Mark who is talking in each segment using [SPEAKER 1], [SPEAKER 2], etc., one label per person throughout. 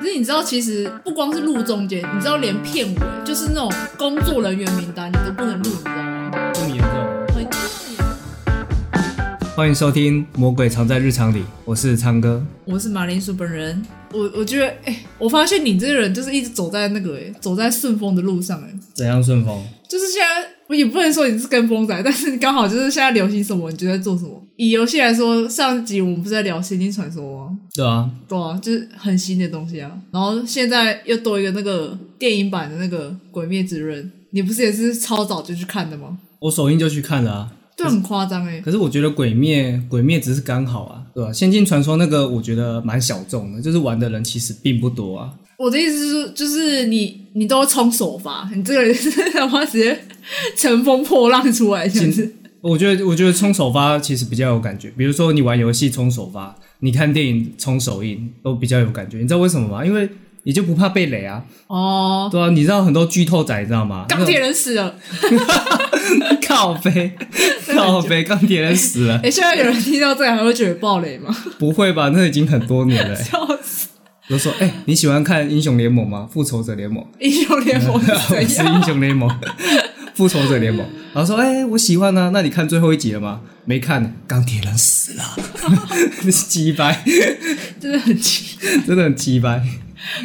[SPEAKER 1] 可是你知道，其实不光是录中间，你知道连片尾，就是那种工作人员名单，你都不能录，你知道吗？
[SPEAKER 2] 这么严重？啊
[SPEAKER 1] 很
[SPEAKER 2] 欢迎收听《魔鬼藏在日常里》，我是昌哥。
[SPEAKER 1] 我是马铃薯本人，我我觉得，哎、我发现你这个人就是一直走在那个、哎，走在顺风的路上、哎，
[SPEAKER 2] 怎样顺风？
[SPEAKER 1] 就是现在，我也不能说你是跟风仔，但是你刚好就是现在流行什么，你就在做什么。以游戏来说，上集我们不是在聊《仙境传说》吗？
[SPEAKER 2] 对啊，
[SPEAKER 1] 对啊，就是很新的东西啊。然后现在又多一个那个电影版的那个《鬼灭之刃》，你不是也是超早就去看的吗？
[SPEAKER 2] 我首映就去看了啊。
[SPEAKER 1] 这很夸张哎，
[SPEAKER 2] 可是我觉得《鬼灭》《鬼灭》只是刚好啊，对吧、仙境传说》那个我觉得蛮小众的，就是玩的人其实并不多啊。
[SPEAKER 1] 我的意思是，就是你你都冲首发，你这个人是 他妈直接乘风破浪出来，是不是？
[SPEAKER 2] 我觉得，我觉得冲首发其实比较有感觉。比如说，你玩游戏冲首发，你看电影冲首映，都比较有感觉。你知道为什么吗？因为你就不怕被雷啊。
[SPEAKER 1] 哦，
[SPEAKER 2] 对啊，你知道很多剧透仔，你知道吗？
[SPEAKER 1] 钢铁人死了，
[SPEAKER 2] 那种 靠 背，靠背，钢铁人死了
[SPEAKER 1] 哎、，现在有人听到这个还会觉得暴雷吗？
[SPEAKER 2] 不会吧？那已经很多年了、欸。
[SPEAKER 1] 笑死！
[SPEAKER 2] 就说：“哎、你喜欢看英雄联盟吗？复仇者联盟？
[SPEAKER 1] 英雄联盟是
[SPEAKER 2] 我
[SPEAKER 1] 怎
[SPEAKER 2] 是
[SPEAKER 1] 样？
[SPEAKER 2] 英雄联盟，复仇 者联盟。”然后说：“哎、我喜欢啊，那你看最后一集了吗？没看，钢铁人死 了，鸡掰，
[SPEAKER 1] 真的很奇，
[SPEAKER 2] 真的很鸡掰。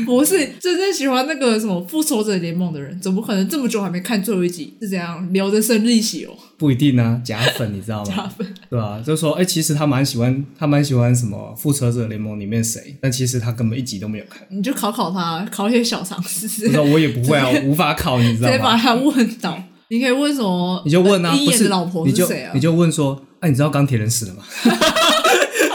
[SPEAKER 1] 不是真正喜欢那个什么复仇者联盟的人，怎么可能这么久还没看最后一集？是怎样流着生利息哦？
[SPEAKER 2] 不一定啊，假粉你知道
[SPEAKER 1] 加
[SPEAKER 2] 吗？
[SPEAKER 1] 分
[SPEAKER 2] 对吧、就说：哎、其实他蛮喜欢，他蛮喜欢什么复仇者联盟里面谁，但其实他根本一集都没有看。
[SPEAKER 1] 你就考考他，考一些小常识，
[SPEAKER 2] 不
[SPEAKER 1] 直
[SPEAKER 2] 知道我也不 会啊，我无法考，你知道
[SPEAKER 1] 接把
[SPEAKER 2] 吗？
[SPEAKER 1] 他问倒。你可以问什么？
[SPEAKER 2] 你就问啊，
[SPEAKER 1] 鹰
[SPEAKER 2] 不
[SPEAKER 1] 眼
[SPEAKER 2] 是
[SPEAKER 1] 的老婆
[SPEAKER 2] 你
[SPEAKER 1] 是
[SPEAKER 2] 就
[SPEAKER 1] 谁啊
[SPEAKER 2] 你？就问说：哎、你知道钢铁人死了吗？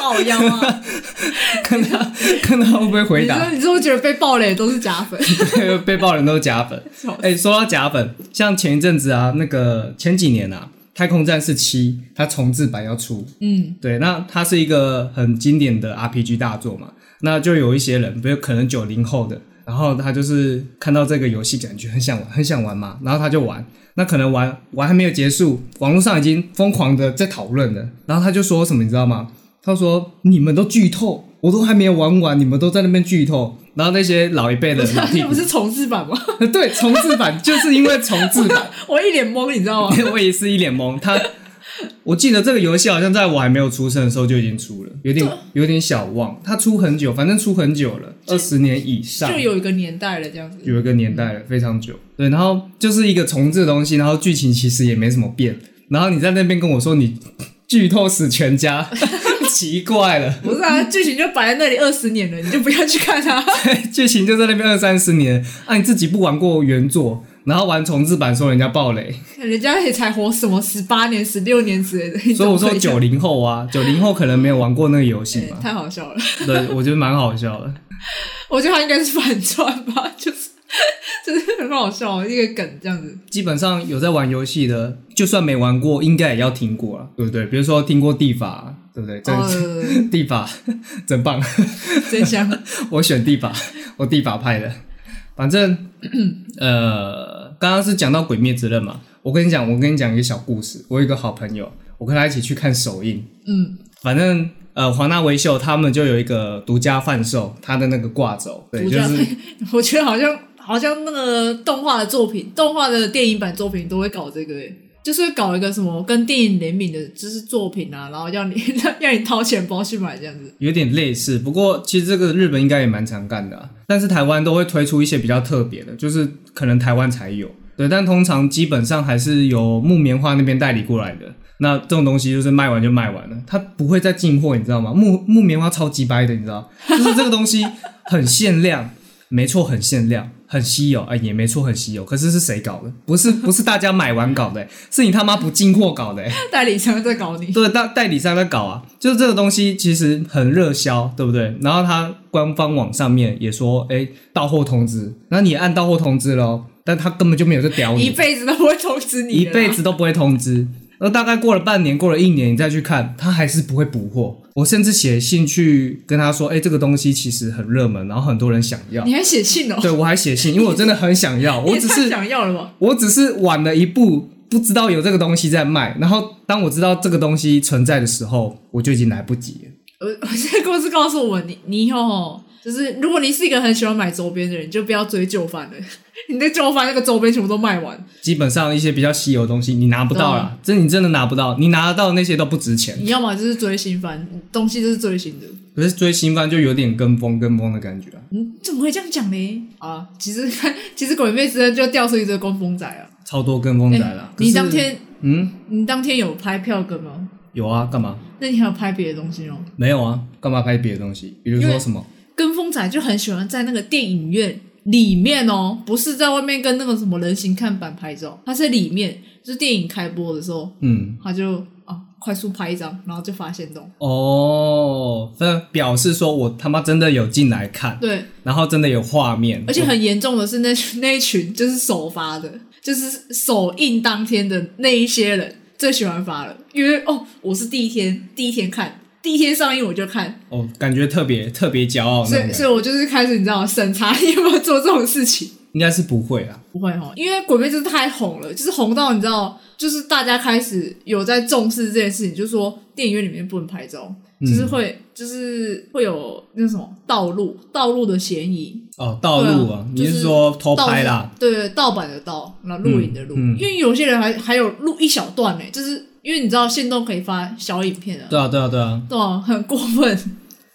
[SPEAKER 1] 好妖啊！
[SPEAKER 2] 看他看他会不会回
[SPEAKER 1] 你说
[SPEAKER 2] 答，
[SPEAKER 1] 你是不是觉得被暴雷都是假粉？
[SPEAKER 2] 被爆人都是假粉。哎、说到假粉，像前一阵子啊，那个前几年啊，《太空战士七》它重置版要出，
[SPEAKER 1] 嗯，
[SPEAKER 2] 对，那它是一个很经典的 RPG 大作嘛，那就有一些人，比如可能九零后的，然后他就是看到这个游戏，感觉很想玩，很想玩嘛，然后他就玩。那可能玩玩还没有结束，网络上已经疯狂的在讨论了。然后他就说什么，你知道吗？他说：“你们都剧透，我都还没有玩完，你们都在那边剧透。”然后那些老一 辈的老屁
[SPEAKER 1] 那不，
[SPEAKER 2] 股
[SPEAKER 1] 是重置版吗？
[SPEAKER 2] 对重置版就是因为重置版，
[SPEAKER 1] 我一脸懵，你知道吗？
[SPEAKER 2] 我也是一脸懵。他，我记得这个游戏好像在我还没有出生的时候就已经出了，有点有点小忘。它出很久，反正出很久了，二十年以上
[SPEAKER 1] 就，有一个年代了，这样子。
[SPEAKER 2] 有一个年代了，非常久。对，然后就是一个重置的东西，然后剧情其实也没什么变。然后你在那边跟我说你剧透死全家， 奇怪了。
[SPEAKER 1] 不是啊，剧情就摆在那里二十年了，你就不要去看它。
[SPEAKER 2] 剧情就在那边二三十年，啊，你自己不玩过原作，然后玩重置版说人家暴雷，
[SPEAKER 1] 人家也才活什么十八年、十六年之类的。 你怎
[SPEAKER 2] 所以
[SPEAKER 1] 么
[SPEAKER 2] 我
[SPEAKER 1] 可
[SPEAKER 2] 说九零后啊，九零后可能没有玩过那个游戏
[SPEAKER 1] 哎
[SPEAKER 2] 嘛，
[SPEAKER 1] 太好笑了。
[SPEAKER 2] 对，我觉得蛮好笑的。
[SPEAKER 1] 我觉得他应该是反串吧，就是 就是很好笑一个梗这样子。
[SPEAKER 2] 基本上有在玩游戏的，就算没玩过，应该也要听过啊，对不对？比如说听过地法，啊对不对？真、
[SPEAKER 1] 哦，
[SPEAKER 2] 地法真棒，
[SPEAKER 1] 真香！
[SPEAKER 2] 我选地法，我地法派的。反正 呃，刚刚是讲到《鬼灭之刃》嘛，我跟你讲，我跟你讲一个小故事。我有一个好朋友，我跟他一起去看首映，
[SPEAKER 1] 嗯，
[SPEAKER 2] 反正。呃，华纳维秀他们就有一个独家贩售他的那个挂轴，对，
[SPEAKER 1] 独
[SPEAKER 2] 就
[SPEAKER 1] 家
[SPEAKER 2] 是
[SPEAKER 1] 我觉得好像好像那个动画的作品，动画的电影版作品都会搞这个、欸，就是会搞一个什么跟电影联名的，就是作品啊，然后要你 要你掏钱包去买这样子。
[SPEAKER 2] 有点类似，不过其实这个日本应该也蛮常干的啊、但是台湾都会推出一些比较特别的，就是可能台湾才有，对，但通常基本上还是由木棉花那边代理过来的。那这种东西就是卖完就卖完了，它不会再进货，你知道吗？木木棉花超级掰的，你知道，就是这个东西很限量， 没错，很限量，很稀有，哎、也没错，很稀有。可是是谁搞的？不是不是大家买完搞的、哎是你他妈不进货搞的、哎
[SPEAKER 1] 代理商在搞你，
[SPEAKER 2] 对，代代理商在搞啊，就是这个东西其实很热销，对不对？然后它官方网上面也说，哎，到货通知，那你也按到货通知咯，但他根本就没有在屌你，
[SPEAKER 1] 一辈子都不会通知你
[SPEAKER 2] 一
[SPEAKER 1] 的啦，
[SPEAKER 2] 辈子都不会通知。那大概过了半年，过了一年，你再去看，他还是不会补货。我甚至写信去跟他说，哎，这个东西其实很热门，然后很多人想要。
[SPEAKER 1] 你还写信哦、
[SPEAKER 2] 对我还写信，因为我真的很想要，
[SPEAKER 1] 你
[SPEAKER 2] 我
[SPEAKER 1] 也
[SPEAKER 2] 只
[SPEAKER 1] 太
[SPEAKER 2] 是
[SPEAKER 1] 想要了吧？
[SPEAKER 2] 我只是晚了一步，不知道有这个东西在卖。然后当我知道这个东西存在的时候，我就已经来不及了。
[SPEAKER 1] 我我这个故事告诉我，你你以后哦就是如果你是一个很喜欢买周边的人，你就不要追旧番了。 你对旧番那个周边全部都卖完，
[SPEAKER 2] 基本上一些比较稀有的东西你拿不到
[SPEAKER 1] 嗯
[SPEAKER 2] 啦，这你真的拿不到，你拿得到的那些都不值钱。
[SPEAKER 1] 你要么就是追新番，东西就是最新的。
[SPEAKER 2] 可是追新番就有点跟风跟风的感觉啊，
[SPEAKER 1] 嗯，怎么会这样讲呢？啊，其实 其实鬼灭之刃就掉出一堆跟风仔啊。
[SPEAKER 2] 超多跟风仔啦。可
[SPEAKER 1] 哎你
[SPEAKER 2] 是
[SPEAKER 1] 当天
[SPEAKER 2] 嗯
[SPEAKER 1] 你当天有拍票根吗？
[SPEAKER 2] 有啊，干嘛？
[SPEAKER 1] 那你还有拍别的东西吗？
[SPEAKER 2] 没有啊，干嘛拍别的东西？比如
[SPEAKER 1] 因
[SPEAKER 2] 说
[SPEAKER 1] 为
[SPEAKER 2] 什么？
[SPEAKER 1] 跟风仔就很喜欢在那个电影院里面哦，不是在外面跟那个什么人形看板拍照，他是里面，就是电影开播的时候，
[SPEAKER 2] 嗯，
[SPEAKER 1] 他就啊快速拍一张，然后就发现动。
[SPEAKER 2] 哦，那表示说我他妈真的有进来看，
[SPEAKER 1] 对，
[SPEAKER 2] 然后真的有画面，
[SPEAKER 1] 而且很严重的是那 群那一群就是首发的，就是首映当天的那一些人最喜欢发了，因为哦我是第一天第一天看，第一天上映我就看，
[SPEAKER 2] 哦，感觉特别特别骄傲那种
[SPEAKER 1] 所
[SPEAKER 2] 感
[SPEAKER 1] 以
[SPEAKER 2] 觉
[SPEAKER 1] 所以我就是开始你知道审查你有没有做这种事情。
[SPEAKER 2] 应该是不会啊啦。
[SPEAKER 1] 不会哈，因为鬼灭真的太红了，就是红到你知道，就是大家开始有在重视这件事情，就是说电影院里面不能拍照，就是会就是会有那什么道路道路的嫌疑，
[SPEAKER 2] 哦，道路
[SPEAKER 1] 对
[SPEAKER 2] 啊
[SPEAKER 1] 啊，
[SPEAKER 2] 你
[SPEAKER 1] 就是
[SPEAKER 2] 说偷拍
[SPEAKER 1] 盗
[SPEAKER 2] 啦？
[SPEAKER 1] 对对，盗版的盗，然后录影的录，
[SPEAKER 2] 嗯嗯
[SPEAKER 1] 因为有些人还还有录一小段呢、就是因为你知道限动可以发小影片啊，
[SPEAKER 2] 对啊，对啊，对啊，
[SPEAKER 1] 对啊，很过分，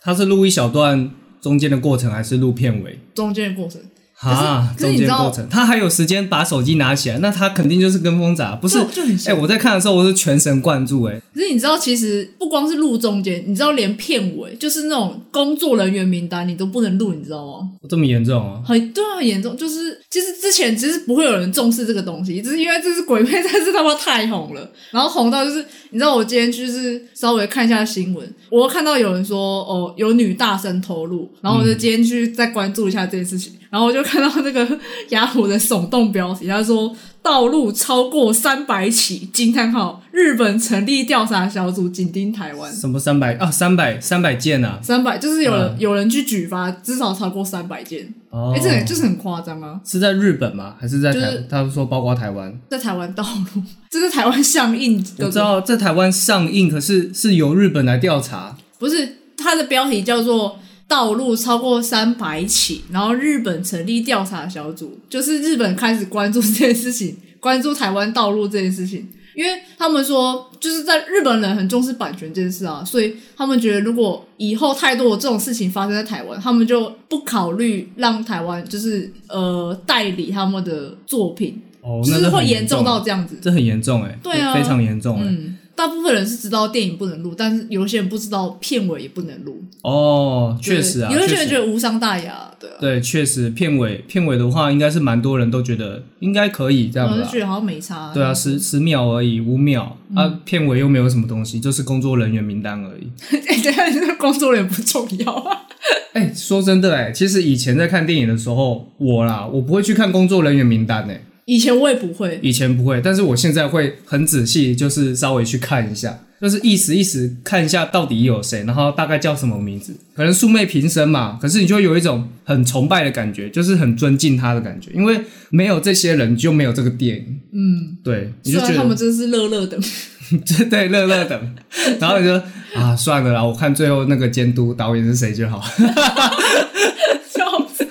[SPEAKER 2] 他是录一小段中间的过程，还是录片尾？
[SPEAKER 1] 中间的过程
[SPEAKER 2] 啊，
[SPEAKER 1] 可是
[SPEAKER 2] 中
[SPEAKER 1] 你知
[SPEAKER 2] 间
[SPEAKER 1] 道
[SPEAKER 2] 过程，他还有时间把手机拿起来，那他肯定就是跟风仔啊，不是
[SPEAKER 1] 就？就很
[SPEAKER 2] 哎、
[SPEAKER 1] 像。
[SPEAKER 2] 我在看的时候我是全神贯注、哎，
[SPEAKER 1] 可是你知道，其实不光是录中间，你知道连片尾，就是那种工作人员名单，你都不能录，你知道吗？
[SPEAKER 2] 这么严重啊？
[SPEAKER 1] 很对啊，很严重。就是其实之前其实不会有人重视这个东西，只是因为这是鬼片， 但是他妈太红了，然后红到就是你知道，我今天就是稍微看一下新闻，我看到有人说哦有女大生偷录，然后我就
[SPEAKER 2] 嗯
[SPEAKER 1] 今天去再关注一下这件事情，然后我就看到那个雅虎的耸动标题，他说道路超过三百起，惊叹号！日本成立调查小组紧盯台湾。
[SPEAKER 2] 什么三百啊？三百三百件啊？
[SPEAKER 1] 三百就是有人、
[SPEAKER 2] 嗯
[SPEAKER 1] 有人去举发，至少超过三百件，
[SPEAKER 2] 哦，
[SPEAKER 1] 哎、这很就是很夸张啊！
[SPEAKER 2] 是在日本吗？还是在
[SPEAKER 1] 就
[SPEAKER 2] 台？
[SPEAKER 1] 是
[SPEAKER 2] 他说包括台湾，
[SPEAKER 1] 在台湾道路，这是台湾上映
[SPEAKER 2] 我
[SPEAKER 1] 的
[SPEAKER 2] 知，道在台湾上映，可是是由日本来调查。
[SPEAKER 1] 不是它的标题叫做“道路超过三百起”，然后日本成立调查小组，就是日本开始关注这件事情，关注台湾道路这件事情，因为他们说就是在日本人很重视版权这件事啊，所以他们觉得如果以后太多的这种事情发生在台湾，他们就不考虑让台湾就是呃代理他们的作品，
[SPEAKER 2] 哦
[SPEAKER 1] 就
[SPEAKER 2] 那
[SPEAKER 1] 是
[SPEAKER 2] 这很
[SPEAKER 1] 会严重
[SPEAKER 2] 啊
[SPEAKER 1] 到这样子。
[SPEAKER 2] 这很严重哎、
[SPEAKER 1] 对啊
[SPEAKER 2] 非常严重哎、
[SPEAKER 1] 嗯，大部分人是知道电影不能录，但是有些人不知道片尾也不能录。
[SPEAKER 2] 哦，确实啊，
[SPEAKER 1] 有些
[SPEAKER 2] 确
[SPEAKER 1] 人
[SPEAKER 2] 实
[SPEAKER 1] 觉得无伤大雅，对啊，
[SPEAKER 2] 对，确实片尾片尾的话，应该是蛮多人都觉得应该可以这样
[SPEAKER 1] 我
[SPEAKER 2] 吧
[SPEAKER 1] 就。觉得好像没差。
[SPEAKER 2] 对啊，十十秒而已，五秒、
[SPEAKER 1] 嗯
[SPEAKER 2] 啊，片尾又没有什么东西，就是工作人员名单而已。
[SPEAKER 1] 哎， 对啊，这个工作人员不重要 啊。
[SPEAKER 2] 哎、说真的哎、其实以前在看电影的时候，我啦，我不会去看工作人员名单哎、
[SPEAKER 1] 以前我也不会，
[SPEAKER 2] 以前不会，但是我现在会很仔细，就是稍微去看一下，就是意思意思看一下到底有谁，然后大概叫什么名字，可能素昧平生嘛，可是你就会有一种很崇拜的感觉，就是很尊敬他的感觉，因为没有这些人就没有这个电影，
[SPEAKER 1] 嗯，
[SPEAKER 2] 对，你
[SPEAKER 1] 虽
[SPEAKER 2] 就
[SPEAKER 1] 然
[SPEAKER 2] 觉
[SPEAKER 1] 他们
[SPEAKER 2] 得
[SPEAKER 1] 真是乐乐的，
[SPEAKER 2] 对乐乐的，然后你就啊算了啦，我看最后那个监督导演是谁就好，
[SPEAKER 1] 笑死。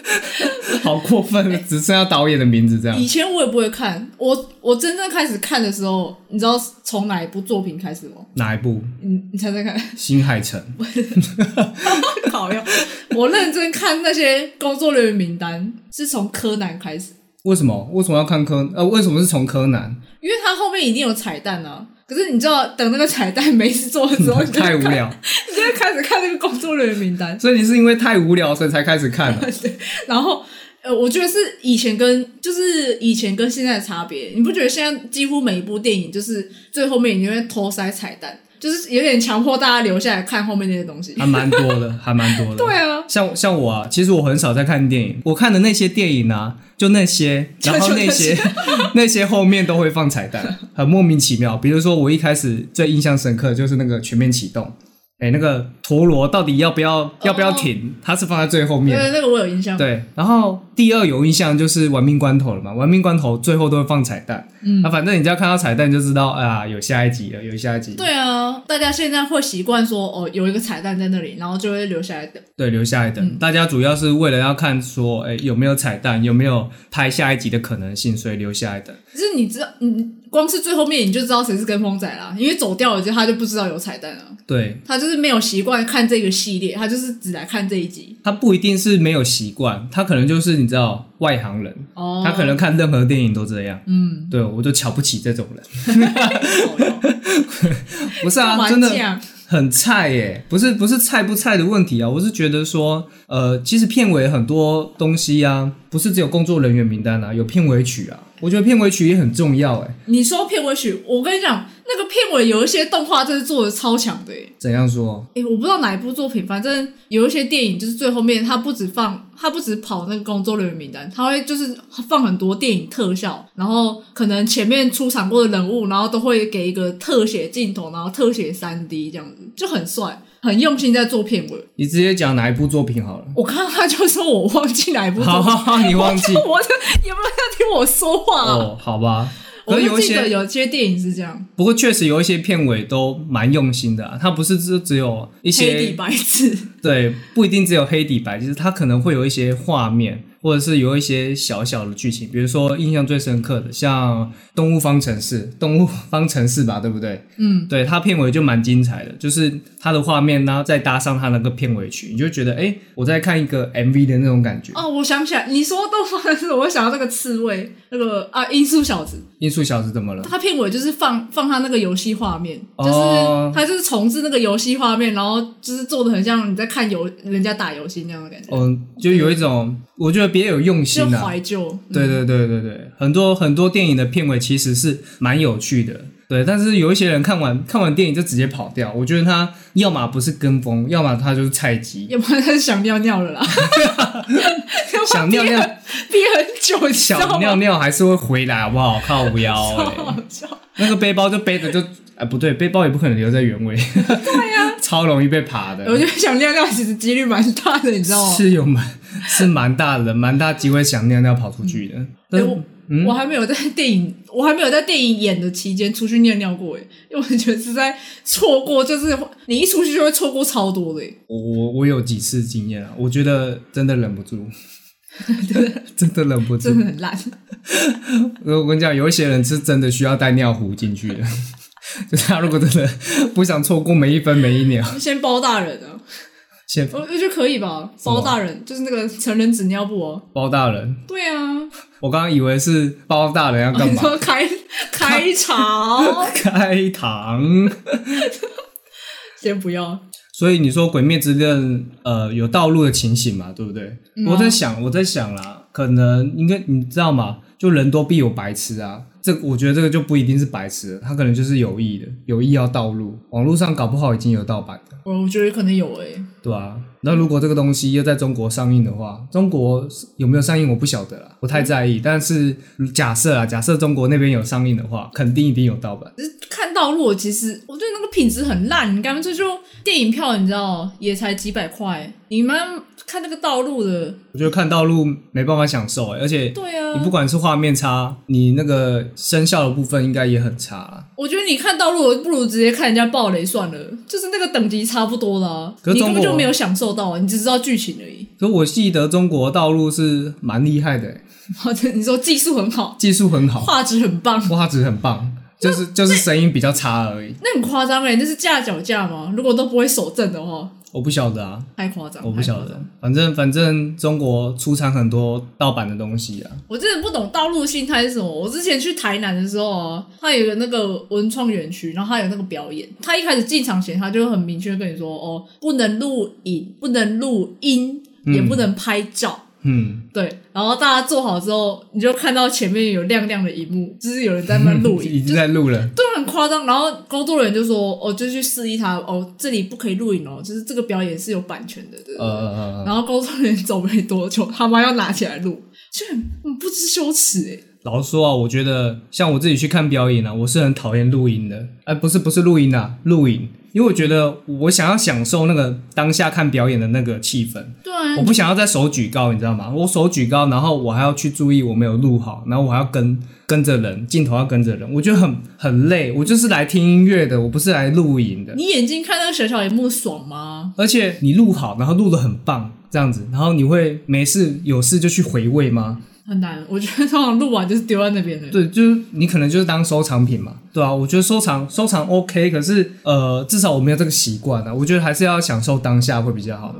[SPEAKER 2] 好过分，只剩下导演的名字这样
[SPEAKER 1] 以，前我也不会看，我我真正开始看的时候，你知道从哪一部作品开始吗？
[SPEAKER 2] 哪一部？
[SPEAKER 1] 你你猜猜 看，
[SPEAKER 2] 新海诚
[SPEAKER 1] 讨厌！ 我认真看那些工作人员名单，是从柯南开始。
[SPEAKER 2] 为什么？为什么要看柯？呃，为什么是从柯南？
[SPEAKER 1] 因为它后面一定有彩蛋啊。可是你知道，等那个彩蛋没事做的时候，你就会
[SPEAKER 2] 太
[SPEAKER 1] 看
[SPEAKER 2] 无，聊。
[SPEAKER 1] 你就会开始看那 个工作人员名单。
[SPEAKER 2] 所以你是因为太无聊，所以才开始看的、
[SPEAKER 1] 然后，呃，我觉得是以前跟就是以前跟现在的差别。你不觉得现在几乎每一部电影就是最后面你会偷塞彩蛋，就是有点强迫大家留下来看后面那些东西。
[SPEAKER 2] 还蛮多的，还蛮 多的。
[SPEAKER 1] 对啊，
[SPEAKER 2] 像像我啊，其实我很少在看电影，我看的那些电影啊，就那些，
[SPEAKER 1] 就
[SPEAKER 2] 然后那些 那些后面都会放彩蛋，很莫名其妙。比如说我一开始最印象深刻的就是那个全面启动，哎、那个陀螺到底要不要要不要停？它是放在最后面。
[SPEAKER 1] 对，那个我有印象。
[SPEAKER 2] 对，然后第二有印象就是玩命关头了嘛，玩命关头最后都会放彩蛋，
[SPEAKER 1] 嗯
[SPEAKER 2] 啊，反正你只要看到彩蛋就知道，啊，有下一集了，有下一集，
[SPEAKER 1] 对啊，大家现在会习惯说哦，有一个彩蛋在那里，然后就会留下来等。
[SPEAKER 2] 对，留下来等。
[SPEAKER 1] 嗯
[SPEAKER 2] 大家主要是为了要看说，哎、有没有彩蛋，有没有拍下一集的可能性，所以留下来等。
[SPEAKER 1] 只是你知道，你光是最后面你就知道谁是跟风仔啦，因为走掉了之后他就不知道有彩蛋了，
[SPEAKER 2] 对，
[SPEAKER 1] 他就是没有习惯看这个系列，他就是只来看这一集。
[SPEAKER 2] 他不一定是没有习惯，他可能就是你知道外行人，
[SPEAKER 1] 哦，
[SPEAKER 2] 他可 能看任何电影都这样。
[SPEAKER 1] 嗯，
[SPEAKER 2] 对，我就瞧不起这种 人。
[SPEAKER 1] 好了
[SPEAKER 2] 不是
[SPEAKER 1] 干
[SPEAKER 2] 啊，
[SPEAKER 1] 嘛
[SPEAKER 2] 真的
[SPEAKER 1] 这样
[SPEAKER 2] 很菜耶、不是不是菜不菜的问题啊，我是觉得说，呃，其实片尾很多东西啊，不是只有工作人员名单啊，有片尾曲啊，我觉得片尾曲也很重要哎、
[SPEAKER 1] 你说片尾曲，我跟你讲，那个片尾有一些动画真是做的超强的、欸。
[SPEAKER 2] 怎样说？
[SPEAKER 1] 诶、我不知道哪一部作品，反正有一些电影就是最后面，它不止放，它不止跑那个工作人员名单，它会就是放很多电影特效，然后可能前面出场过的人物，然后都会给一个特写镜头，然后特写三 D 这样子，就很帅，很用心在做片尾。
[SPEAKER 2] 你直接讲哪一部作品好了。
[SPEAKER 1] 我看到他就说我忘记哪一部
[SPEAKER 2] 好
[SPEAKER 1] 作品，
[SPEAKER 2] 好好，你忘 记
[SPEAKER 1] 我就有没有要听我说话、啊？
[SPEAKER 2] 哦？好吧，可
[SPEAKER 1] 我
[SPEAKER 2] 是
[SPEAKER 1] 就
[SPEAKER 2] 有一
[SPEAKER 1] 记得
[SPEAKER 2] 些，
[SPEAKER 1] 有些电影是这样，
[SPEAKER 2] 不过确实有一些片尾都蛮用心的、啊，它不是只只有一
[SPEAKER 1] 黑底
[SPEAKER 2] 些
[SPEAKER 1] 白字。
[SPEAKER 2] 对，不一定只有黑底白，就是它可能会有一些画面，或者是有一些小小的剧情，比如说印象最深刻的，像《动物方程式》，《动物方程式》吧，对不对？
[SPEAKER 1] 嗯，
[SPEAKER 2] 对，它片尾就蛮精彩的，就是它的画面，然后再搭上它那个片尾曲，你就觉得哎，诶我在看一个 MV 的那种感觉。
[SPEAKER 1] 哦，我想起来，你说动画的时候，我想到那个刺猬，那个啊，音速小子，
[SPEAKER 2] 音速小子怎么了？
[SPEAKER 1] 他片尾就是放放他那个游戏画面，就是、
[SPEAKER 2] 哦
[SPEAKER 1] 他就是重置那个游戏画面，然后就是做的很像你在看游人家打游戏那样的感觉，
[SPEAKER 2] 嗯，就有一种我觉得别有用
[SPEAKER 1] 就嗯
[SPEAKER 2] 心啊。
[SPEAKER 1] 怀旧。
[SPEAKER 2] 对对对对对，很多很多电影的片尾其实是蛮有趣的，对。但是有一些人看完看完电影就直接跑掉，我觉得他要么不是跟风，要么他就是菜鸡，
[SPEAKER 1] 要不然他就想尿尿了啦，
[SPEAKER 2] 想尿尿
[SPEAKER 1] 憋很久，你知道
[SPEAKER 2] 想
[SPEAKER 1] 吗
[SPEAKER 2] 尿尿还是会回来，好不好？靠无腰
[SPEAKER 1] 超
[SPEAKER 2] 哎、
[SPEAKER 1] 好笑。
[SPEAKER 2] 那个背包就背着就。哎，不对，背包也不可能留在原位，对呀、 超容易被爬的。
[SPEAKER 1] 啊我觉得想尿尿其实几率蛮大的，你知道吗？
[SPEAKER 2] 是有蛮是蛮大的，蛮大机会想尿尿跑出去的。但
[SPEAKER 1] 哎
[SPEAKER 2] 是
[SPEAKER 1] 我
[SPEAKER 2] 嗯
[SPEAKER 1] 我还没有在电影，我还没有在电影演的期间出去尿尿过哎，因为我觉得是在错过，就是你一出去就会错过超多的哎。
[SPEAKER 2] 我我我有几次经验啊，我觉得真的忍不住， 真的忍不住
[SPEAKER 1] 真。的很烂。
[SPEAKER 2] 我跟你讲，有一些人是真的需要带尿壶进去的， 就是他如果真的不想错过每一分每一秒，
[SPEAKER 1] 先包大人啊，
[SPEAKER 2] 先
[SPEAKER 1] 我我觉得可以吧，包大人就是那个成人纸尿布哦。
[SPEAKER 2] 包大人。
[SPEAKER 1] 对啊，
[SPEAKER 2] 我刚刚以为是包大人要 干
[SPEAKER 1] 你
[SPEAKER 2] 嘛？
[SPEAKER 1] 说 开开场，
[SPEAKER 2] 开膛。
[SPEAKER 1] 先不要。
[SPEAKER 2] 所以你说《鬼灭之刃》呃有道路的情形嘛，对不对？
[SPEAKER 1] 嗯啊
[SPEAKER 2] 我在想，我在想啦，可能应该你知道吗？就人多必有白痴啊，这个我觉得这个就不一定是白痴了，他可能就是有意的，有意要道路。网络上搞不好已经有盗版的，
[SPEAKER 1] 我我觉得可能有哎、
[SPEAKER 2] 对啊。那如果这个东西又在中国上映的话，中国是有没有上映我不晓得啦，不太在意。但是假设啊，假设中国那边有上映的话，肯定一定有盗版。
[SPEAKER 1] 只是看到落，其实我觉得那个品质很烂，你干脆就电影票，你知道也才几百块，你们看那个道路的，
[SPEAKER 2] 我觉得看道路没办法享受、欸，而且
[SPEAKER 1] 对啊，
[SPEAKER 2] 你不管是画面差，你那个声效的部分应该也很差啦。
[SPEAKER 1] 我觉得你看道路，不如直接看人家暴雷算了，就是那个等级差不多啦、
[SPEAKER 2] 可是
[SPEAKER 1] 你
[SPEAKER 2] 中
[SPEAKER 1] 根
[SPEAKER 2] 国
[SPEAKER 1] 本就没有享受到啊，你只知道剧情而已。
[SPEAKER 2] 所以我记得中国道路是蛮厉害的欸、
[SPEAKER 1] 好的，你说技术很好，
[SPEAKER 2] 技术很好，
[SPEAKER 1] 画质很棒，
[SPEAKER 2] 画质很棒， 就是就是声音比较差而已。
[SPEAKER 1] 那很夸张哎，那是架脚架吗？如果都不会手震的话，
[SPEAKER 2] 我不晓得啊，
[SPEAKER 1] 太夸张，
[SPEAKER 2] 我不晓
[SPEAKER 1] 太夸
[SPEAKER 2] 得
[SPEAKER 1] 张。，
[SPEAKER 2] 反正反正中国出产很多盗版的东西啊。
[SPEAKER 1] 我真的不懂道路心态是什么。我之前去台南的时候啊，他有一个那个文创园区，然后他有那个表演。他一开始进场前，他就很明确跟你说：“哦，不能录影，不能录音，也不能拍照。
[SPEAKER 2] 嗯，
[SPEAKER 1] 对，然后大家做好之后，你就看到前面有亮亮的一幕，就是有人在那边录
[SPEAKER 2] 已
[SPEAKER 1] 影，就
[SPEAKER 2] 经
[SPEAKER 1] 是
[SPEAKER 2] 在录了。
[SPEAKER 1] 对很夸张。然后工作人员就说：“哦，就去示意他，哦，这里不可以录影哦，就是这个表演是有版权的。”对对对。
[SPEAKER 2] 呃呃呃，
[SPEAKER 1] 然后工作人员走没多久，他妈要拿起来录，就很不知羞耻哎、
[SPEAKER 2] 老实说啊，我觉得像我自己去看表演啊，我是很讨厌录音的。哎、不是不是录音啊，录影，因为我觉得我想要享受那个当下看表演的那个气氛，
[SPEAKER 1] 对啊
[SPEAKER 2] 我，不想要再手举高，你知道吗？我手举高，然后我还要去注意我没有录好，然后我还要跟跟着人，镜头要跟着人，我觉得很很累。我就是来听音乐的，我不是来录影的。
[SPEAKER 1] 你眼睛看那个小小荧幕爽吗？
[SPEAKER 2] 而且你录好，然后录的很棒，这样子，然后你会没事有事就去回味吗？
[SPEAKER 1] 很难，我觉得通常录完就是丢在那边的。
[SPEAKER 2] 对，就是你可能就是当收藏品嘛，对啊，我觉得收藏收藏 OK，可是呃，至少我没有这个习惯啊，我觉得还是要享受当下会比较好。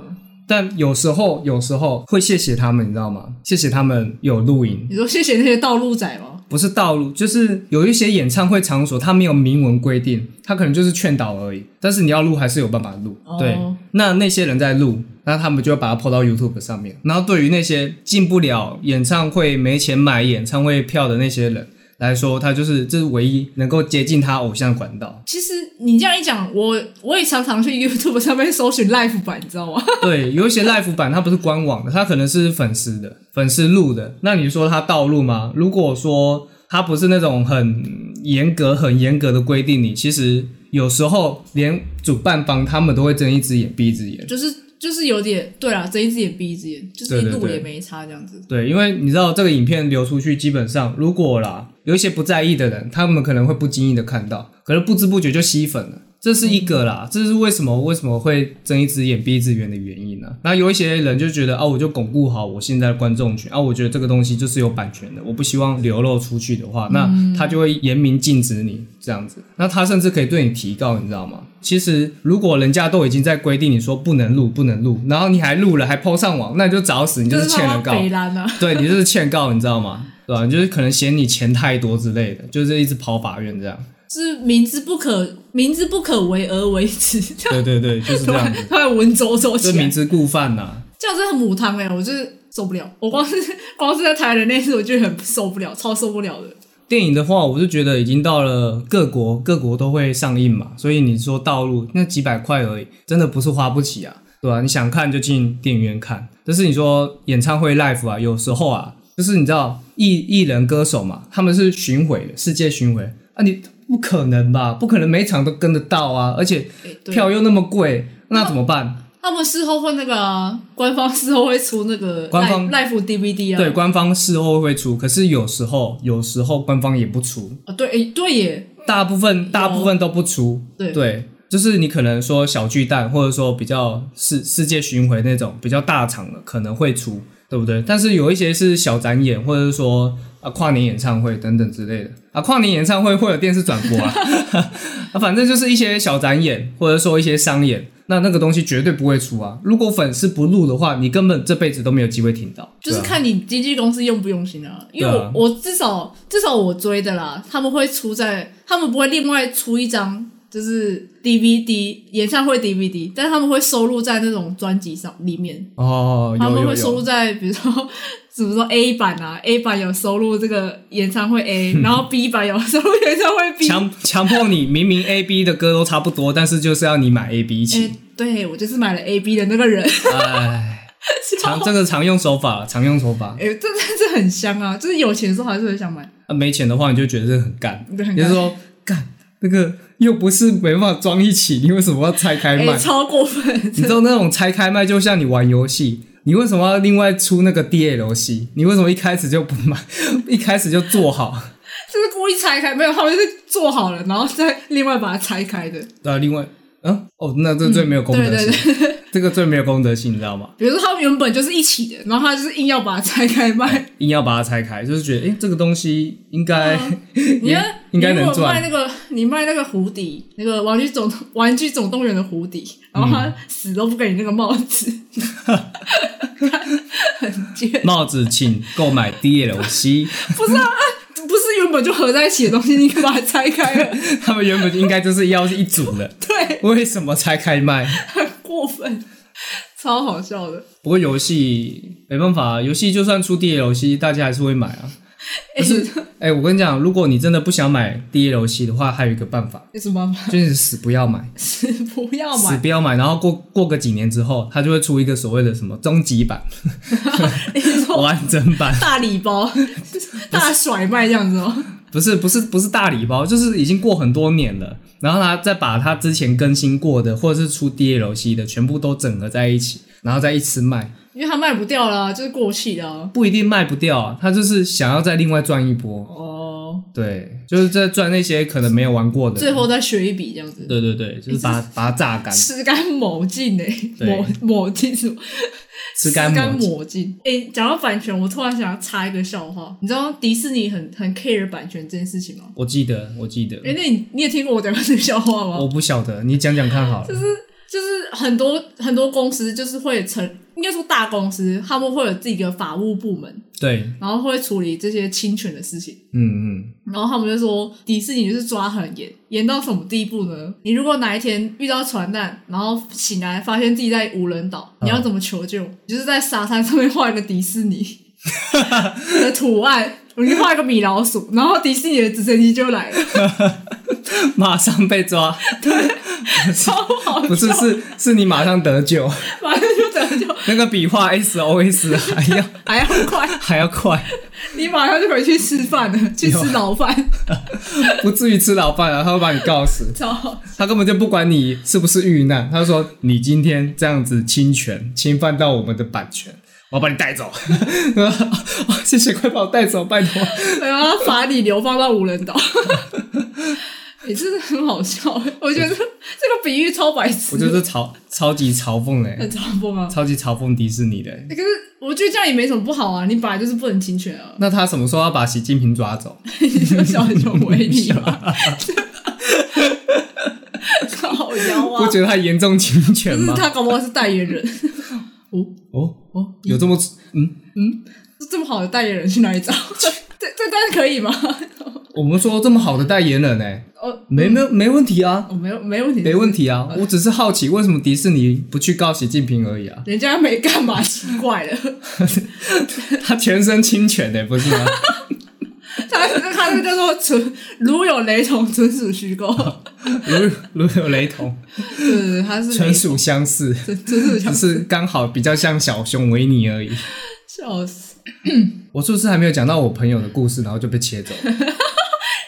[SPEAKER 2] 但有时候有时候会谢谢他们，你知道吗？谢谢他们有录影，
[SPEAKER 1] 你说谢谢那些道路仔吗？
[SPEAKER 2] 不是道路，就是有一些演唱会场所，它没有明文规定，它可能就是劝导而已。但是你要录还是有办法录。
[SPEAKER 1] 哦。
[SPEAKER 2] 对，那那些人在录，那他们就会把它 PO 到 YouTube 上面。然后对于那些进不了演唱会、没钱买演唱会票的那些人来说，他就是这是唯一能够接近他偶像的管道
[SPEAKER 1] 其实你这样一讲，我我也常常去 YouTube 上面搜寻 live 版，你知道吗？
[SPEAKER 2] 对，有一些 live 版它不是官网的，它可能是粉丝的、粉丝录的。那你说它道路吗？如果说它不是那种很严格、很严格的规定你，其实有时候连主办方他们都会睁一只眼闭一只眼。
[SPEAKER 1] 就是就是有点对啦，睁一只眼闭一只眼，就是
[SPEAKER 2] 对
[SPEAKER 1] 一
[SPEAKER 2] 对
[SPEAKER 1] 路
[SPEAKER 2] 对
[SPEAKER 1] 也没差这样子。
[SPEAKER 2] 对，因为你知道这个影片流出去，基本上如果啦有一些不在意的人，他们可能会不经意的看到，可能不知不觉就吸粉了。这是一个啦，这是为什么为什么会睁一只眼闭一只眼的原因呢、那有一些人就觉得啊，我就巩固好我现在的观众群啊，我觉得这个东西就是有版权的，我不希望流露出去的话，那他就会严明禁止你这样子。那他甚至可以对你提告，你知道吗？其实如果人家都已经在规定你说不能录不能录，然后你还录了还 PO 上网，那你就找死，你就是欠
[SPEAKER 1] 他
[SPEAKER 2] 人
[SPEAKER 1] 妈
[SPEAKER 2] 告。
[SPEAKER 1] 北兰啊，
[SPEAKER 2] 对你就是欠告，你知道吗？对吧、就是可能嫌你钱太多之类的，就是一直跑法院这样。
[SPEAKER 1] 是明知不可明知不可为而为之，
[SPEAKER 2] 对对对，就是
[SPEAKER 1] 突
[SPEAKER 2] 这样
[SPEAKER 1] 然
[SPEAKER 2] 子，
[SPEAKER 1] 突然文绉绉
[SPEAKER 2] 这
[SPEAKER 1] 起
[SPEAKER 2] 明
[SPEAKER 1] 来，
[SPEAKER 2] 知故犯呐、
[SPEAKER 1] 这样真的很母汤哎、我就是受不了。我光是 光是在台南那次，我就很受不了，超受不了的。
[SPEAKER 2] 电影的话，我就觉得已经到了各国各国都会上映嘛，所以你说道路那几百块而已，真的不是花不起啊，对吧、你想看就进电影院看，但是你说演唱会 live 啊，有时候啊，就是你知道艺艺人歌手嘛，他们是巡回的，世界巡回啊，你不可能吧？不可能每一场都跟得到啊，而且
[SPEAKER 1] 哎对
[SPEAKER 2] 票又那么贵，那怎么办？
[SPEAKER 1] 他们事后会那个啊、官方事后会出那个
[SPEAKER 2] 官方
[SPEAKER 1] live live DVD 啊，
[SPEAKER 2] 对，官方事后会出，可是有时候有时候官方也不出，
[SPEAKER 1] 啊对，哎对耶，
[SPEAKER 2] 大部分大部分都不出。
[SPEAKER 1] 对
[SPEAKER 2] 就是你可能说小巨蛋，或者说比较世世界巡回那种比较大场的可能会出，对不对？但是有一些是小展演，或者是说啊跨年演唱会等等之类的啊，跨年演唱会会有电视转 播啊，啊，反正就是一些小展演，或者说一些商演。那那个东西绝对不会出啊！如果粉丝不录的话，你根本这辈子都没有机会听到。
[SPEAKER 1] 就是
[SPEAKER 2] 对啊
[SPEAKER 1] 看你经纪公司用不用心啊。因为我、
[SPEAKER 2] 对啊
[SPEAKER 1] 我至少至少我追的啦，他们会出在他们不会另外出一张就是 DVD 演唱会 DVD，但是他们会收录在那种专辑上里面。
[SPEAKER 2] 哦，
[SPEAKER 1] 他
[SPEAKER 2] 有有
[SPEAKER 1] 们
[SPEAKER 2] 有。
[SPEAKER 1] 会收录在，比如说，比如说 A 版啊，A 版有收录这个演唱会 A，然后 B 版有收录演唱会 B。
[SPEAKER 2] 强强迫你，明明 A B 的歌都差不多，但是就是要你买 A B 一
[SPEAKER 1] 哎
[SPEAKER 2] 起。、
[SPEAKER 1] 对我就是买了 A B 的那个人，
[SPEAKER 2] 哎，常这个常用手法，常用手法。
[SPEAKER 1] 哎、这真的是很香啊！就是有钱的时候还是很想买，
[SPEAKER 2] 啊，没钱的话，你就觉得这很干，
[SPEAKER 1] 对很
[SPEAKER 2] 你就说干那个又不是没办法装一起，你为什么要拆开
[SPEAKER 1] 哎、
[SPEAKER 2] 卖？
[SPEAKER 1] 超过分，
[SPEAKER 2] 你知道那种拆开卖，就像你玩游戏，你为什么要另外出那个 DLC？你为什么一开始就不买， 一开始就做好？
[SPEAKER 1] 就是故意拆开，没有，他们就是做好了，然后再另外把它拆开的。
[SPEAKER 2] 对啊，另外，嗯，哦，那这最没有公德
[SPEAKER 1] 嗯对
[SPEAKER 2] 心，这个最没有公德心，你知道吗？
[SPEAKER 1] 比如说，他们原本就是一起的，然后他就是硬要把它拆开卖。
[SPEAKER 2] 硬要把它拆开，就是觉得，哎、这个东西应该、
[SPEAKER 1] 嗯你看，
[SPEAKER 2] 应该
[SPEAKER 1] 你如
[SPEAKER 2] 能
[SPEAKER 1] 果卖
[SPEAKER 2] 赚。
[SPEAKER 1] 那个，你卖那个蝴蝶，那个玩具总玩具总动员的蝴蝶，然后
[SPEAKER 2] 嗯
[SPEAKER 1] 他死都不给你那个帽子，看很贱。
[SPEAKER 2] 帽子请购买 DLC，
[SPEAKER 1] 不是啊，啊不是原本就合在一起的东西，你把它拆开了，
[SPEAKER 2] 他们原本应该就是要是一组的，
[SPEAKER 1] 对，
[SPEAKER 2] 为什么拆开卖？
[SPEAKER 1] 很过分，超好笑的。
[SPEAKER 2] 不过游戏没办法，啊游戏就算出 DLC，大家还是会买啊。
[SPEAKER 1] 哎、
[SPEAKER 2] 哎、我跟你讲，如果你真的不想买 DLC 的话，还有一个办法，
[SPEAKER 1] 有什么办法？
[SPEAKER 2] 就是死不要买，
[SPEAKER 1] 是不要
[SPEAKER 2] 死
[SPEAKER 1] 买，
[SPEAKER 2] 不要买，然后过过个几年之后，它就会出一个所谓的什么终极版、
[SPEAKER 1] 你说
[SPEAKER 2] 完整版，
[SPEAKER 1] 大礼包、大甩卖这样子哦。
[SPEAKER 2] 不是不是不是大礼包，就是已经过很多年了，然后他再把他之前更新过的或者是出 DLC 的全部都整合在一起，然后再一次卖，
[SPEAKER 1] 因为它卖不掉啦，就是过气啦、
[SPEAKER 2] 不一定卖不掉啊，他就是想要再另外赚一波，
[SPEAKER 1] 哦，
[SPEAKER 2] 对，就是在赚那些可能没有玩过的，
[SPEAKER 1] 最后再学一笔这样子，
[SPEAKER 2] 对对对，哎就是把把它榨干，
[SPEAKER 1] 吃干抹净哎，
[SPEAKER 2] 对
[SPEAKER 1] 抹抹净什么？
[SPEAKER 2] 吃干抹净。
[SPEAKER 1] 抹净。哎、讲到版权，我突然想要插一个笑话。你知道迪士尼很很 care 版权这件事情吗？
[SPEAKER 2] 我记得，我记得，
[SPEAKER 1] 哎、那你你也听过我讲过这个笑话吗？
[SPEAKER 2] 我不晓得，你讲讲看好了。
[SPEAKER 1] 就是很多很多公司就是会成，应该说大公司，他们会有自己的法务部门，
[SPEAKER 2] 对，
[SPEAKER 1] 然后会处理这些侵权的事情。
[SPEAKER 2] 嗯嗯，
[SPEAKER 1] 然后他们就说迪士尼就是抓很严，严到什么地步呢？你如果哪一天遇到船难，然后醒来发现自己在无人岛，
[SPEAKER 2] 嗯
[SPEAKER 1] 你要怎么求救？你就是在沙滩上面画一个迪士尼的图案，你画一个米老鼠，然后迪士尼的直升机就来 了，
[SPEAKER 2] 马上被抓，
[SPEAKER 1] 超好笑，
[SPEAKER 2] 不是 是是你马上得救，
[SPEAKER 1] 马上就得救，
[SPEAKER 2] 那个笔画 SOS 还要
[SPEAKER 1] 还要快，
[SPEAKER 2] 还要快，
[SPEAKER 1] 你马上就回去吃饭了，去
[SPEAKER 2] 啊
[SPEAKER 1] 吃牢饭，
[SPEAKER 2] 不至于吃牢饭啊，他会把你告死，
[SPEAKER 1] 超好
[SPEAKER 2] 他根本就不管你是不是遇难，他就说你今天这样子侵权，侵犯到我们的版权。我要把你带走， 哦谢谢，快把我带走，拜托。
[SPEAKER 1] 然后罚你流放到无人岛。 也、真的很好笑，我觉得这个比喻超白痴。
[SPEAKER 2] 我就是嘲超级嘲讽哎、
[SPEAKER 1] 很嘲讽啊。
[SPEAKER 2] 超级嘲讽迪士尼的、欸。
[SPEAKER 1] 可是我觉得这样也没什么不好啊，你本来就是不能侵权啊，
[SPEAKER 2] 那他什么时候要把习近平抓走？
[SPEAKER 1] 你就啊小熊维尼嘛，靠腰
[SPEAKER 2] 不
[SPEAKER 1] 啊！
[SPEAKER 2] 觉得他严重侵权
[SPEAKER 1] 就是
[SPEAKER 2] 吗？
[SPEAKER 1] 嗯他搞不好是代言人，
[SPEAKER 2] 哦，
[SPEAKER 1] 哦，
[SPEAKER 2] 有这么嗯，
[SPEAKER 1] 这么好的代言人去哪里找？这这单可以吗？
[SPEAKER 2] 我们说这么好的代言人呢、欸，
[SPEAKER 1] 哦，
[SPEAKER 2] 没没没问题啊，
[SPEAKER 1] 哦，没有没问题，
[SPEAKER 2] 没问题啊。我只是好奇，为什么迪士尼不去告习近平而已啊？
[SPEAKER 1] 人家没干嘛，奇怪了，
[SPEAKER 2] 他全身侵权的、不是 吗？
[SPEAKER 1] 他他这个叫做纯如有雷同，纯属虚 构，
[SPEAKER 2] 如如有雷同，
[SPEAKER 1] 对对对，他是
[SPEAKER 2] 纯属相似，
[SPEAKER 1] 纯纯属
[SPEAKER 2] 只
[SPEAKER 1] 想
[SPEAKER 2] 是刚好比较像小熊维尼而已。
[SPEAKER 1] 笑死
[SPEAKER 2] 我是不是还没有讲到我朋友的故事，然后就被切走？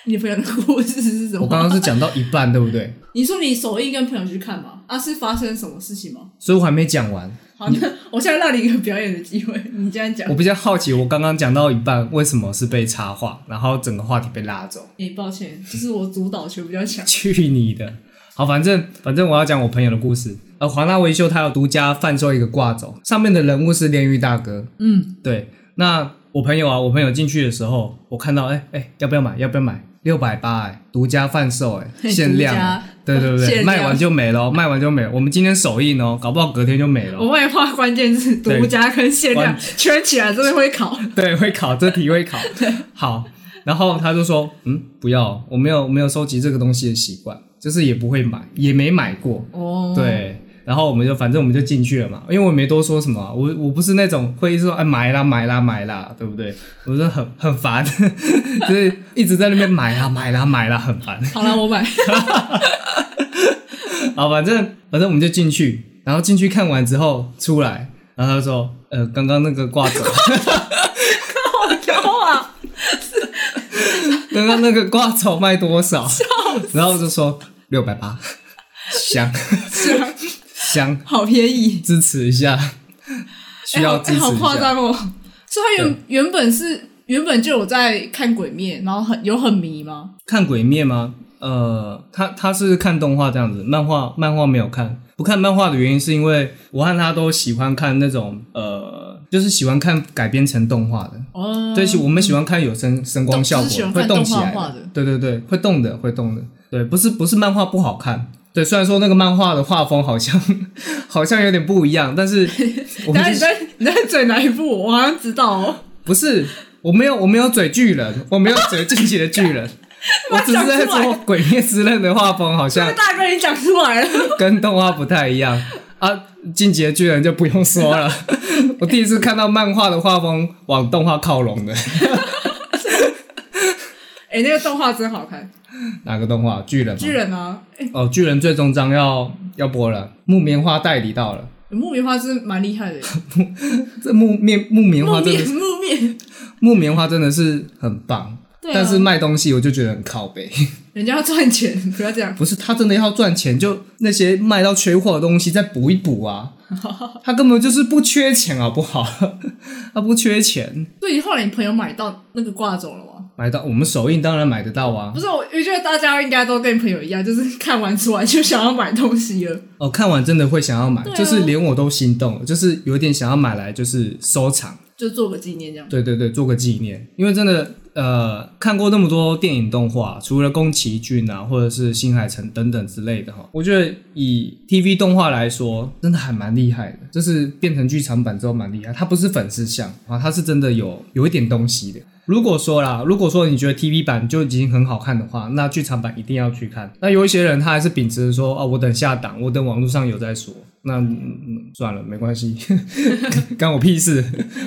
[SPEAKER 1] 你朋友的故事是什
[SPEAKER 2] 我
[SPEAKER 1] 么？
[SPEAKER 2] 刚刚是讲到一半，对不对？
[SPEAKER 1] 你说你首映跟朋友去看吗？啊，是发生什么事情吗？
[SPEAKER 2] 所以我还没讲完。
[SPEAKER 1] 好，那 我现在让你一个表演的机会，你这样讲
[SPEAKER 2] 我，比较好奇，我刚刚讲到一半，为什么是被插话，然后整个话题被拉走？。
[SPEAKER 1] 你、哎抱歉，就是我主导权比较强
[SPEAKER 2] 去你的！好，反正反正我要讲我朋友的故事。呃，华纳维修它有独家贩售一个挂轴，上面的人物是炼狱大哥。
[SPEAKER 1] 嗯，
[SPEAKER 2] 对，那我朋友啊，我朋友进去的时候，我看到，哎、哎、要不要买？要不要买？六百八，哎，独家贩售、哎，
[SPEAKER 1] 嘿
[SPEAKER 2] 限量、
[SPEAKER 1] 独
[SPEAKER 2] 哎
[SPEAKER 1] 家
[SPEAKER 2] 对对
[SPEAKER 1] 限
[SPEAKER 2] 对，
[SPEAKER 1] 量
[SPEAKER 2] 卖完就没了，卖完就没了。我们今天首映哦，搞不好隔天就没了。
[SPEAKER 1] 我外画关键字
[SPEAKER 2] 对
[SPEAKER 1] 独家跟限量圈起来，真的会考。
[SPEAKER 2] 对，会考这题会考。好，然后他就说，嗯，不要，我没有没有收集这个东西的习惯，就是也不会买，也没买过。
[SPEAKER 1] 哦，
[SPEAKER 2] 对，然后我们就反正我们就进去了嘛，因为我也没多说什么啊、我我不是那种会一直说哎买啦买啦买啦，对不对？我就很很烦， 就是一直在那边买啦买啦买啦，很烦。
[SPEAKER 1] 好了，我 买。
[SPEAKER 2] 好，反正反正我们就进去，然后进去看完之后出来，然后他说呃刚刚那个挂走，
[SPEAKER 1] 好高啊！
[SPEAKER 2] 刚刚那个挂走卖多少？ 然后我就说六百八， 香
[SPEAKER 1] 是啊，
[SPEAKER 2] 香，
[SPEAKER 1] 好便宜，
[SPEAKER 2] 支持一下，需要
[SPEAKER 1] 哎好
[SPEAKER 2] 支持一
[SPEAKER 1] 哎
[SPEAKER 2] 下。
[SPEAKER 1] 好夸张哦！所以他原原本是原本就有在看鬼灭，然后很有很迷吗？
[SPEAKER 2] 看鬼灭吗？呃，他他是看动画这样子，漫画漫画没有看。不看漫画的原因是因为我和他都喜欢看那种呃，就是喜欢看改编成动画的。
[SPEAKER 1] 哦，
[SPEAKER 2] 对，我们喜欢看有声声光效
[SPEAKER 1] 就是喜
[SPEAKER 2] 果，
[SPEAKER 1] 欢
[SPEAKER 2] 会
[SPEAKER 1] 看
[SPEAKER 2] 动
[SPEAKER 1] 动
[SPEAKER 2] 起
[SPEAKER 1] 画
[SPEAKER 2] 来
[SPEAKER 1] 化的
[SPEAKER 2] 对对对，会动的，会动的。对，不是不是漫画不好看。对，虽然说那个漫画的画风好像 好像有点不一样，但是我们
[SPEAKER 1] 等一下
[SPEAKER 2] 就
[SPEAKER 1] 你
[SPEAKER 2] 是
[SPEAKER 1] 在你在嘴哪一部？我好像知道 哦。
[SPEAKER 2] 不是我没有我没有嘴巨人，我没有嘴进击的 巨人，我只是
[SPEAKER 1] 讲
[SPEAKER 2] 在
[SPEAKER 1] 出来
[SPEAKER 2] 说《鬼灭之刃》的画风好像
[SPEAKER 1] 这个大哥，你讲出来了。
[SPEAKER 2] 跟动画不太一样啊。进阶巨人就不用说了， 我第一次看到漫画的画风往动画靠拢的，
[SPEAKER 1] 哎、那个动画真好看，
[SPEAKER 2] 哪个动画？巨人吗？
[SPEAKER 1] 巨人啊，
[SPEAKER 2] 哦，巨人最终章要要播了，木棉花代理到了。
[SPEAKER 1] 木棉花真的蛮厉害 的，
[SPEAKER 2] 这木面木棉
[SPEAKER 1] 木
[SPEAKER 2] 花真的
[SPEAKER 1] 面
[SPEAKER 2] 是
[SPEAKER 1] 木面，
[SPEAKER 2] 木棉花真的是很棒，
[SPEAKER 1] 对啊
[SPEAKER 2] 但是卖东西我就觉得很靠背。
[SPEAKER 1] 人家要赚钱， 不要这样。
[SPEAKER 2] 不是他真的要赚钱，就那些卖到缺货的东西再补一 补啊。他根本就是不缺钱，好不好？ 他不缺钱，
[SPEAKER 1] 所以你后来你朋友买到那个挂钟了吗？
[SPEAKER 2] 买到我们首映当然买得到啊
[SPEAKER 1] 不。是，我我觉得大家应该都跟朋友一样，就是看完出来就想要买东西了。
[SPEAKER 2] 哦，看完真的会想要买，
[SPEAKER 1] 对啊
[SPEAKER 2] 就是连我都心动了，就是有点想要买来就是收藏。
[SPEAKER 1] 就做个纪念这样。
[SPEAKER 2] 对对对，做个纪念，因为真的呃，看过那么多电影动画，除了宫崎骏啊，或者是新海诚等等之类的哈，我觉得以 TV 动画来说，真的还蛮厉害的，就是变成剧场版之后蛮厉害，它不是粉丝像啊，它是真的有有一点东西的。如果说啦，如果说你觉得 TV 版就已经很好看的话，那剧场版一定要去看。那有一些人他还是秉持着说啊，我等下档，我等网络上有再说。那、嗯嗯算了，没关系， 干我屁事。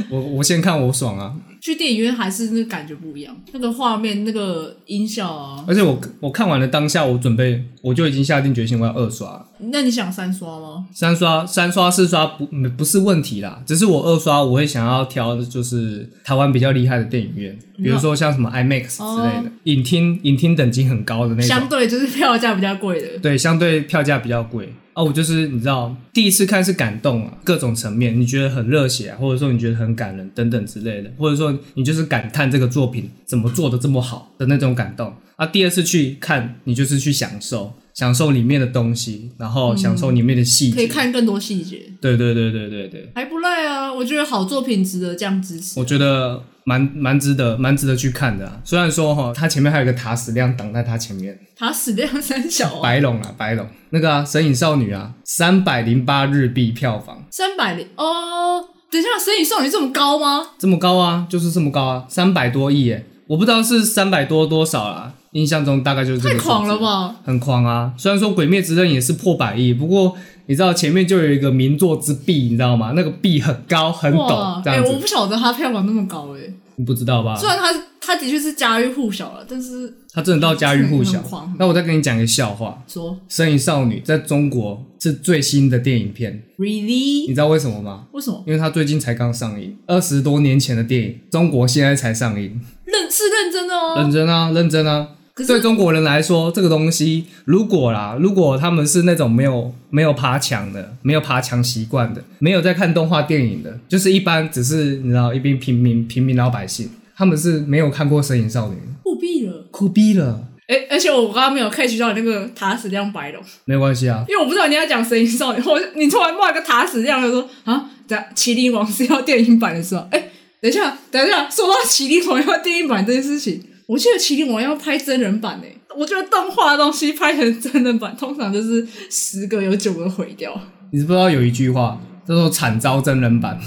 [SPEAKER 2] 我我先看我爽啊！
[SPEAKER 1] 去电影院还是那个感觉不一样，那个画面、那个音效啊。
[SPEAKER 2] 而且我我看完了当下，我准备我就已经下定决心我要二刷了，
[SPEAKER 1] 那你想三刷吗？
[SPEAKER 2] 三刷、三刷、四刷不嗯不是问题啦，只是我二刷我会想要挑的就是台湾比较厉害的电影院，比如说像什么 IMAX 之类的、影厅，影厅等级很高的那种
[SPEAKER 1] 相，对就是票价比较贵的，
[SPEAKER 2] 对，相对票价比较贵。啊，我就是你知道，第一次看是感动啊，各种层面，你觉得很热血啊，或者说你觉得很感人等等之类的，或者说你就是感叹这个作品怎么做的这么好的那种感动啊。第二次去看，你就是去享受，享受里面的东西，然后享受里面的细
[SPEAKER 1] 嗯可以
[SPEAKER 2] 节。
[SPEAKER 1] 看更多细节，
[SPEAKER 2] 对对对对对对，
[SPEAKER 1] 还不赖啊。我觉得好作品值得这样支持
[SPEAKER 2] 我。觉得蛮蛮值得，蛮值得去看的、啊。虽然说哈、它前面还有一个塔矢亮挡在它前面，
[SPEAKER 1] 他死掉三小啊，
[SPEAKER 2] 白龙啊，白龙那个啊，神隐少女啊，三百零八日币票房。
[SPEAKER 1] 三百零哦。等一下，《神隐少女》这么高吗？
[SPEAKER 2] 这么高啊，就是这么高啊，三百多亿耶！我不知道是三百多多少啦，印象中大概就是这个
[SPEAKER 1] 太狂
[SPEAKER 2] 数
[SPEAKER 1] 了
[SPEAKER 2] 字，
[SPEAKER 1] 吧！
[SPEAKER 2] 很狂啊！虽然说《鬼灭之刃》也是破百亿，不过你知道前面就有一个名作之壁，你知道吗？那个壁很高很
[SPEAKER 1] 哇
[SPEAKER 2] 陡，，这
[SPEAKER 1] 哎、
[SPEAKER 2] 样
[SPEAKER 1] 我
[SPEAKER 2] 子，啊
[SPEAKER 1] 不晓得他票房那么高哎、
[SPEAKER 2] 你不知道吧？
[SPEAKER 1] 虽然他他的确是家喻户晓了，但是
[SPEAKER 2] 他真的到家喻户晓
[SPEAKER 1] 很狂。
[SPEAKER 2] 那我再跟你讲一个笑话，
[SPEAKER 1] 说
[SPEAKER 2] 《身影少女》在中国是最新的电影片，你
[SPEAKER 1] really
[SPEAKER 2] 知道为什么吗？
[SPEAKER 1] 为什么
[SPEAKER 2] 因为它最近才刚上映，二十多年前的电影，中国现在才上映。
[SPEAKER 1] 认是认真的哦？
[SPEAKER 2] 认真啊，认真啊。
[SPEAKER 1] 可是
[SPEAKER 2] 对中国人来说，这个东西如果啦，如果他们是那种没有没有爬墙的，没有爬墙习惯的，没有在看动画电影的，就是一般只是你知道一边平民平民老百姓，他们是没有看过《神隐少女》，
[SPEAKER 1] 务必了。
[SPEAKER 2] 酷毙了，
[SPEAKER 1] 哎、而且我刚刚没有 catch 到你那个塔矢亮白龙，
[SPEAKER 2] 没关系啊。
[SPEAKER 1] 哦因为我不知道你要讲《神隐少女》，我你突然冒一个塔矢亮，就说啊，等下《麒麟王》是要电影版的是吧？哎、等一下，等一下，说到《麒麟王》要电影版这件事情，我记得《麒麟王》要拍真人版诶、我觉得动画的东西拍成真人版，通常就是十个有九个毁掉。
[SPEAKER 2] 你知不知道有一句话叫做“惨遭真人版，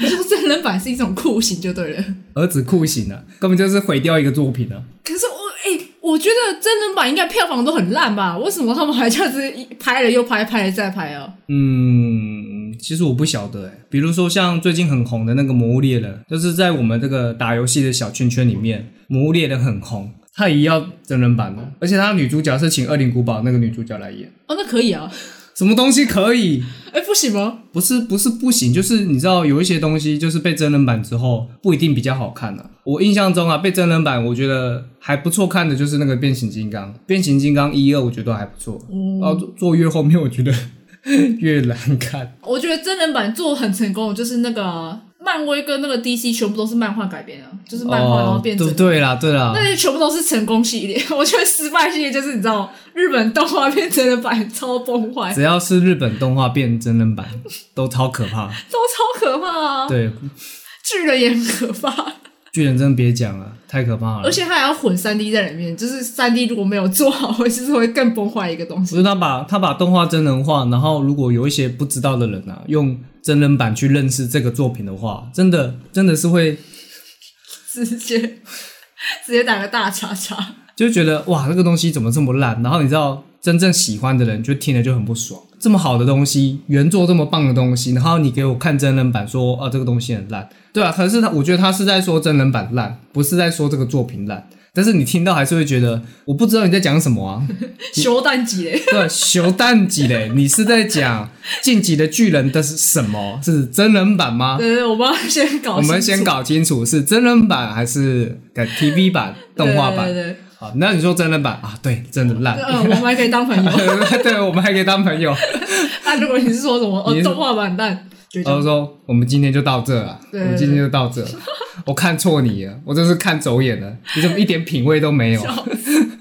[SPEAKER 1] 就真人版是一种酷刑就对了。
[SPEAKER 2] 儿子酷刑啊，根本就是毁掉一个作品啊。
[SPEAKER 1] 可是我哎、我觉得真人版应该票房都很烂吧？为什么他们还这样子一拍了又拍，拍了再拍啊？
[SPEAKER 2] 嗯，其实我不晓得哎，比如说像最近很红的那个《魔物猎人》，就是在我们这个打游戏的小圈圈里面，《魔物猎人》很红，它也要真人版的，而且它的女主角是请《恶灵古堡》那个女主角来演，
[SPEAKER 1] 哦，那可以啊。
[SPEAKER 2] 什么东西可以？
[SPEAKER 1] 哎、不行吗？
[SPEAKER 2] 不是不是不行，就是你知道有一些东西就是被真人版之后不一定比较好看啊。我印象中啊，被真人版我觉得还不错看的就是那个变形金刚，变形金刚一二我觉得都还不错，然后坐坐越后面我觉得 越难看。
[SPEAKER 1] 我觉得真人版做得很成功，就是那个啊漫威跟那个 DC 全部都是漫画改编啊，就是漫画然后变成。
[SPEAKER 2] 哦、对对啦，对啦，
[SPEAKER 1] 那些全部都是成功系列， 我觉得失败系列就是你知道，日本动画变真人版超崩坏，
[SPEAKER 2] 只要是日本动画变真人版，都超可怕。
[SPEAKER 1] 都超可怕啊！
[SPEAKER 2] 对，哎
[SPEAKER 1] 巨人也很可怕。
[SPEAKER 2] 巨人真的别讲了，太可怕了
[SPEAKER 1] 而。且它还要混三 D 在里面，就是三 D 如果没有做好，会就是会更崩坏一个东西。
[SPEAKER 2] 不是他把他把动画真人化，然后如果有一些不知道的人啊，用真人版去认识这个作品的话，真的真的是会
[SPEAKER 1] 直接直接打个大叉叉。
[SPEAKER 2] 就觉得哇，这个东西怎么这么烂？然后你知道，真正喜欢的人就听了就很不爽。这么好的东西，原作这么棒的东西，然后你给我看真人版说，哦哦啊，这个东西很烂，对啊，可是他，我觉得他是在说真人版烂，不是在说这个作品烂。但是你听到还是会觉得我不知道你在讲什么啊。
[SPEAKER 1] 修蛋级嘞，
[SPEAKER 2] 对，熊蛋几嘞？你是在讲晋级的巨人的是什么？是真人版吗？
[SPEAKER 1] 对啊对，我们要先搞清楚，
[SPEAKER 2] 我们先搞清楚是真人版还是的 TV 版、动画版。
[SPEAKER 1] 对对对
[SPEAKER 2] 好，那你说真人版啊？对，真的烂
[SPEAKER 1] 对，。嗯，我们还可以当朋友。
[SPEAKER 2] 对，我们还可以当朋友。
[SPEAKER 1] 那如果你是说什么哦，
[SPEAKER 2] 你是
[SPEAKER 1] 动画版蛋，哦就这
[SPEAKER 2] 然
[SPEAKER 1] 样
[SPEAKER 2] 后说我们今天就到这了，我
[SPEAKER 1] 对
[SPEAKER 2] 们今天就到这了。我看错你了，我真是看走眼了，你怎么一点品味都没有？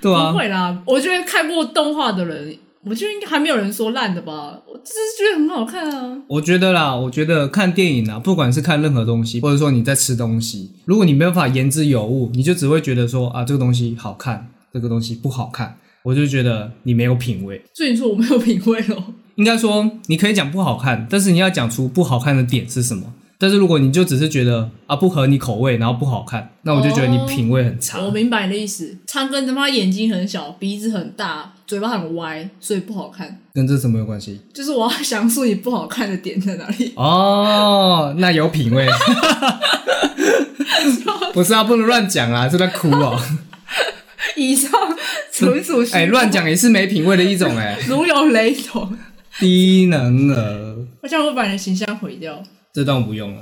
[SPEAKER 2] 对啊
[SPEAKER 1] 不，会啦，我觉得看过动画的人，我觉得应该还没有人说烂的吧，我只是觉得很好看啊。
[SPEAKER 2] 我觉得啦，我觉得看电影啊，不管是看任何东西，或者说你在吃东西，如果你没有办法言之有物，你就只会觉得说啊，这个东西好看，这个东西不好看，我就觉得你没有品味。
[SPEAKER 1] 所以你说我没有品味 哦，
[SPEAKER 2] 应该说你可以讲不好看，但是你要讲出不好看的点是什么。但是如果你就只是觉得啊不合你口味，然后不好看，那我就觉得你
[SPEAKER 1] 哦
[SPEAKER 2] 品味很差。
[SPEAKER 1] 我明白你的意思。昌根他妈眼睛很小，鼻子很大，嘴巴很歪，所以不好看。
[SPEAKER 2] 跟这什么有关系？
[SPEAKER 1] 就是我要详述你不好看的点在哪里。
[SPEAKER 2] 哦，那有品味。不是啊，不能乱讲啊，是在哭哦。
[SPEAKER 1] 以上纯属虚
[SPEAKER 2] 哎、
[SPEAKER 1] 构
[SPEAKER 2] 乱，讲也是没品味的一种哎、
[SPEAKER 1] 如有雷同。
[SPEAKER 2] 低能儿，
[SPEAKER 1] 我想我把你的形象毁掉 啊，
[SPEAKER 2] 这段不用了，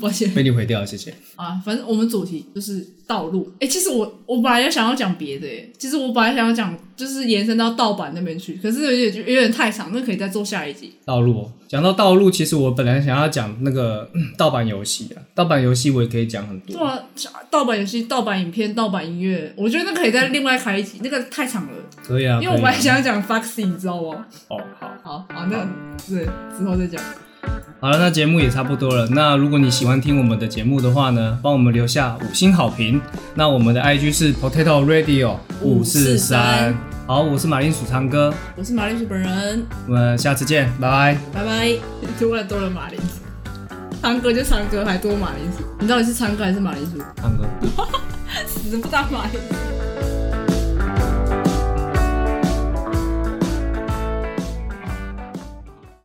[SPEAKER 1] 抱歉。
[SPEAKER 2] 被你毁掉了，谢谢。
[SPEAKER 1] 啊，反正我们主题就是道路。哎、其实我我本来要想要讲别的、诶其实我本来想要讲就是延伸到盗版那边去，可是有点有点太长，那可以再做下一集。
[SPEAKER 2] 道路，哦讲到道路，其实我本来想要讲那个 嗯盗版游戏啊，盗版游戏我也可以讲很
[SPEAKER 1] 对
[SPEAKER 2] 多。
[SPEAKER 1] 啊，像盗版游戏、盗版影片、盗版音乐，我觉得那可以再另外开一集，那个太长了，
[SPEAKER 2] 可以啊，
[SPEAKER 1] 因为我本
[SPEAKER 2] 可以啊
[SPEAKER 1] 来想要讲 Foxy，你知道吗？
[SPEAKER 2] 哦，好，
[SPEAKER 1] 好好，那对之后再讲。
[SPEAKER 2] 好了，那节目也差不多了。那如果你喜欢听我们的节目的话呢，帮我们留下五星好评。那我们的 IG 是 Potato Radio 五四三
[SPEAKER 1] 543。
[SPEAKER 2] 好，我是马铃薯昌哥，
[SPEAKER 1] 我是马铃薯本人，
[SPEAKER 2] 我们下次见，拜拜。
[SPEAKER 1] 拜拜。突然多了马铃薯，唱歌就唱歌，还多马铃薯，你到底是唱歌还是马铃薯？
[SPEAKER 2] 昌哥。
[SPEAKER 1] 死不当马铃薯。